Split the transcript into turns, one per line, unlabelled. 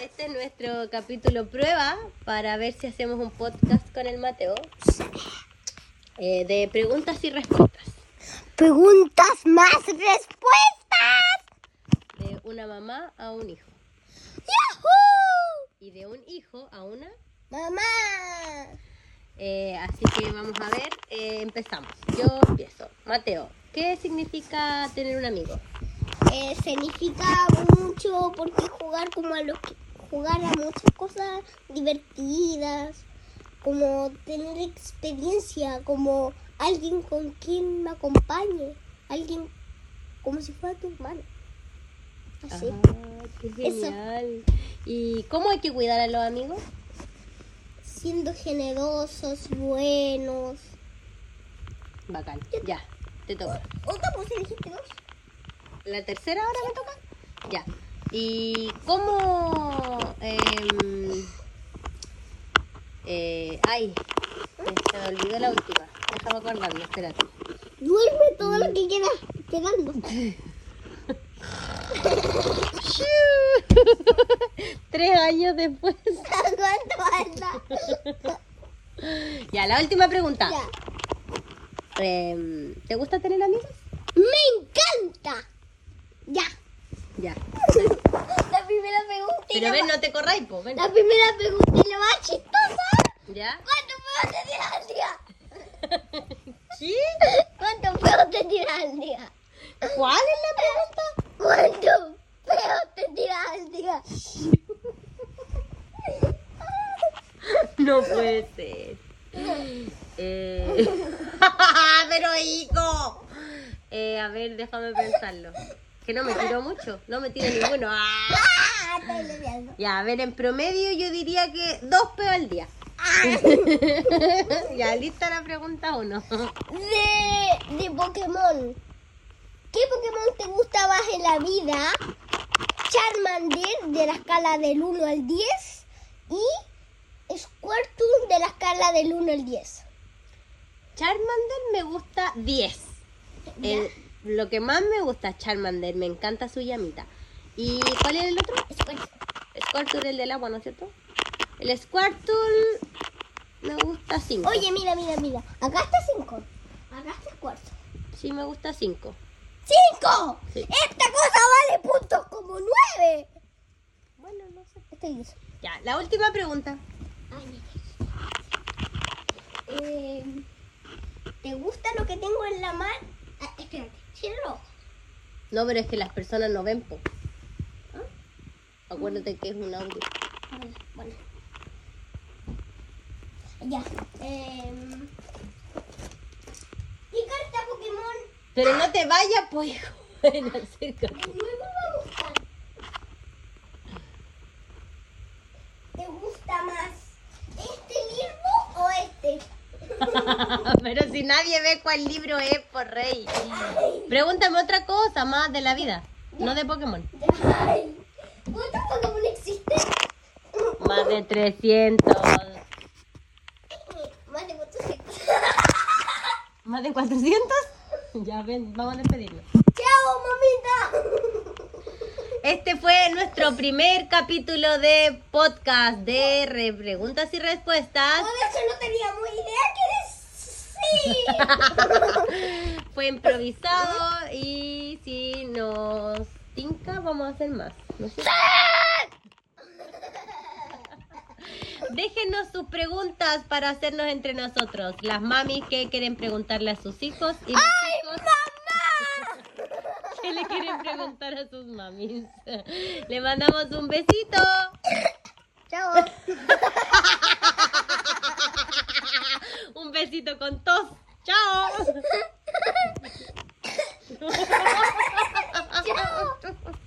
Este nuestro capítulo prueba para ver si hacemos un podcast con el Mateo eh, de preguntas y respuestas.
Preguntas más respuestas.
De una mamá a un hijo
¡Yahoo!
y de un hijo a una.
Mamá.
Eh, así que vamos a ver, eh, empezamos. Yo empiezo. Mateo, ¿qué significa tener un amigo?
Eh, significa mucho porque jugar como a los que- jugar a muchas cosas divertidas, como tener experiencia, como alguien con quien me acompañe, alguien como si fuera tu hermano. Así.
Ah, qué
Eso.
genial. ¿Y cómo hay que cuidar a los amigos?
Siendo generosos, buenos.
Bacán. Ya, te toca.
¿Otra cosa dijiste dos?
¿La tercera ahora me toca? Ya. ¿Y cómo... em, eh, ay, se me olvidó la última. Déjame acordarme, espérate.
Duerme todo lo que queda quedando.
Tres años después.
¿Cuánto falta?
Ya, la última pregunta.
Ya.
Em, ¿Te gusta tener amigos?
¡Me encanta! Ya.
Ya.
La primera pregunta. y
Pero
la
ven,
más-
no te corráis, po, ven.
La primera pregunta y la más chistosa.
¿Ya?
¿Cuánto puedo tener al día?
¿Sí?
¿Cuánto puedo tener al día?
¿Cuál es
¿Cuánto puedo tener al día?
la pregunta? No puede ser. Eh, Pero hijo. Eh, a ver, déjame pensarlo. Que no me tiro mucho, no me tiro ninguno. Ah.
¡Ah! Estoy leyendo.
Ya, a ver, en promedio yo diría que dos peos al día. ya, lista la pregunta uno.
De, de Pokémon. ¿Qué Pokémon te gusta más en la vida? Charmander de la escala del 1 al 10 y Squirtle de la escala del 1 al 10.
Charmander me gusta 10. El- lo que más me gusta es Charmander, me encanta su llamita. ¿Y cuál es el otro? Squirtle, el del agua, ¿no es cierto? El Squirtle me gusta 5.
Oye, mira, mira, mira. Acá está 5. Acá está Squirtle.
Sí, me gusta 5.
¡Cinco!
Sí.
Esta cosa vale puntos como 9. Bueno, no sé. Estoy listo.
Ya, la última pregunta.
Ay, ay, ay. Eh, ¿Te gusta lo que tengo en la mano? Ah, espérate, cierra los ojos.
No, pero es que las personas no ven, po. ¿Ah? Acuérdate que es un audio.
A ver, Bueno. Ya. em, ¿Qué carta Pokémon
Pero no te vayas, pues, hijo. Ven, acércate.
de nuevo va a gustar? ¿Te gusta más este libro o este?
Pero si nadie ve cuál libro es, por rey. Pregúntame otra cosa más de la vida, no de Pokémon.
Ay, ¿Cuántos Pokémon existen?
Más de 300.
Más de cuántos existen.
¿Más de 400? Ya ven, vamos a despedirnos.
¡Chao, mamita!
Este fue nuestro primer capítulo de podcast de re- preguntas y respuestas.
Todo eso no teníamos idea que sí.
Fue improvisado y si nos tinca, vamos a hacer más. ¿no es cierto? Déjenos sus preguntas para hacernos entre nosotros. Las mamis que quieren preguntarle a sus hijos y los hijos que le quieren preguntar a sus mamis. Le mandamos un besito.
Chao.
Un besito con tos. Chao.
Chao.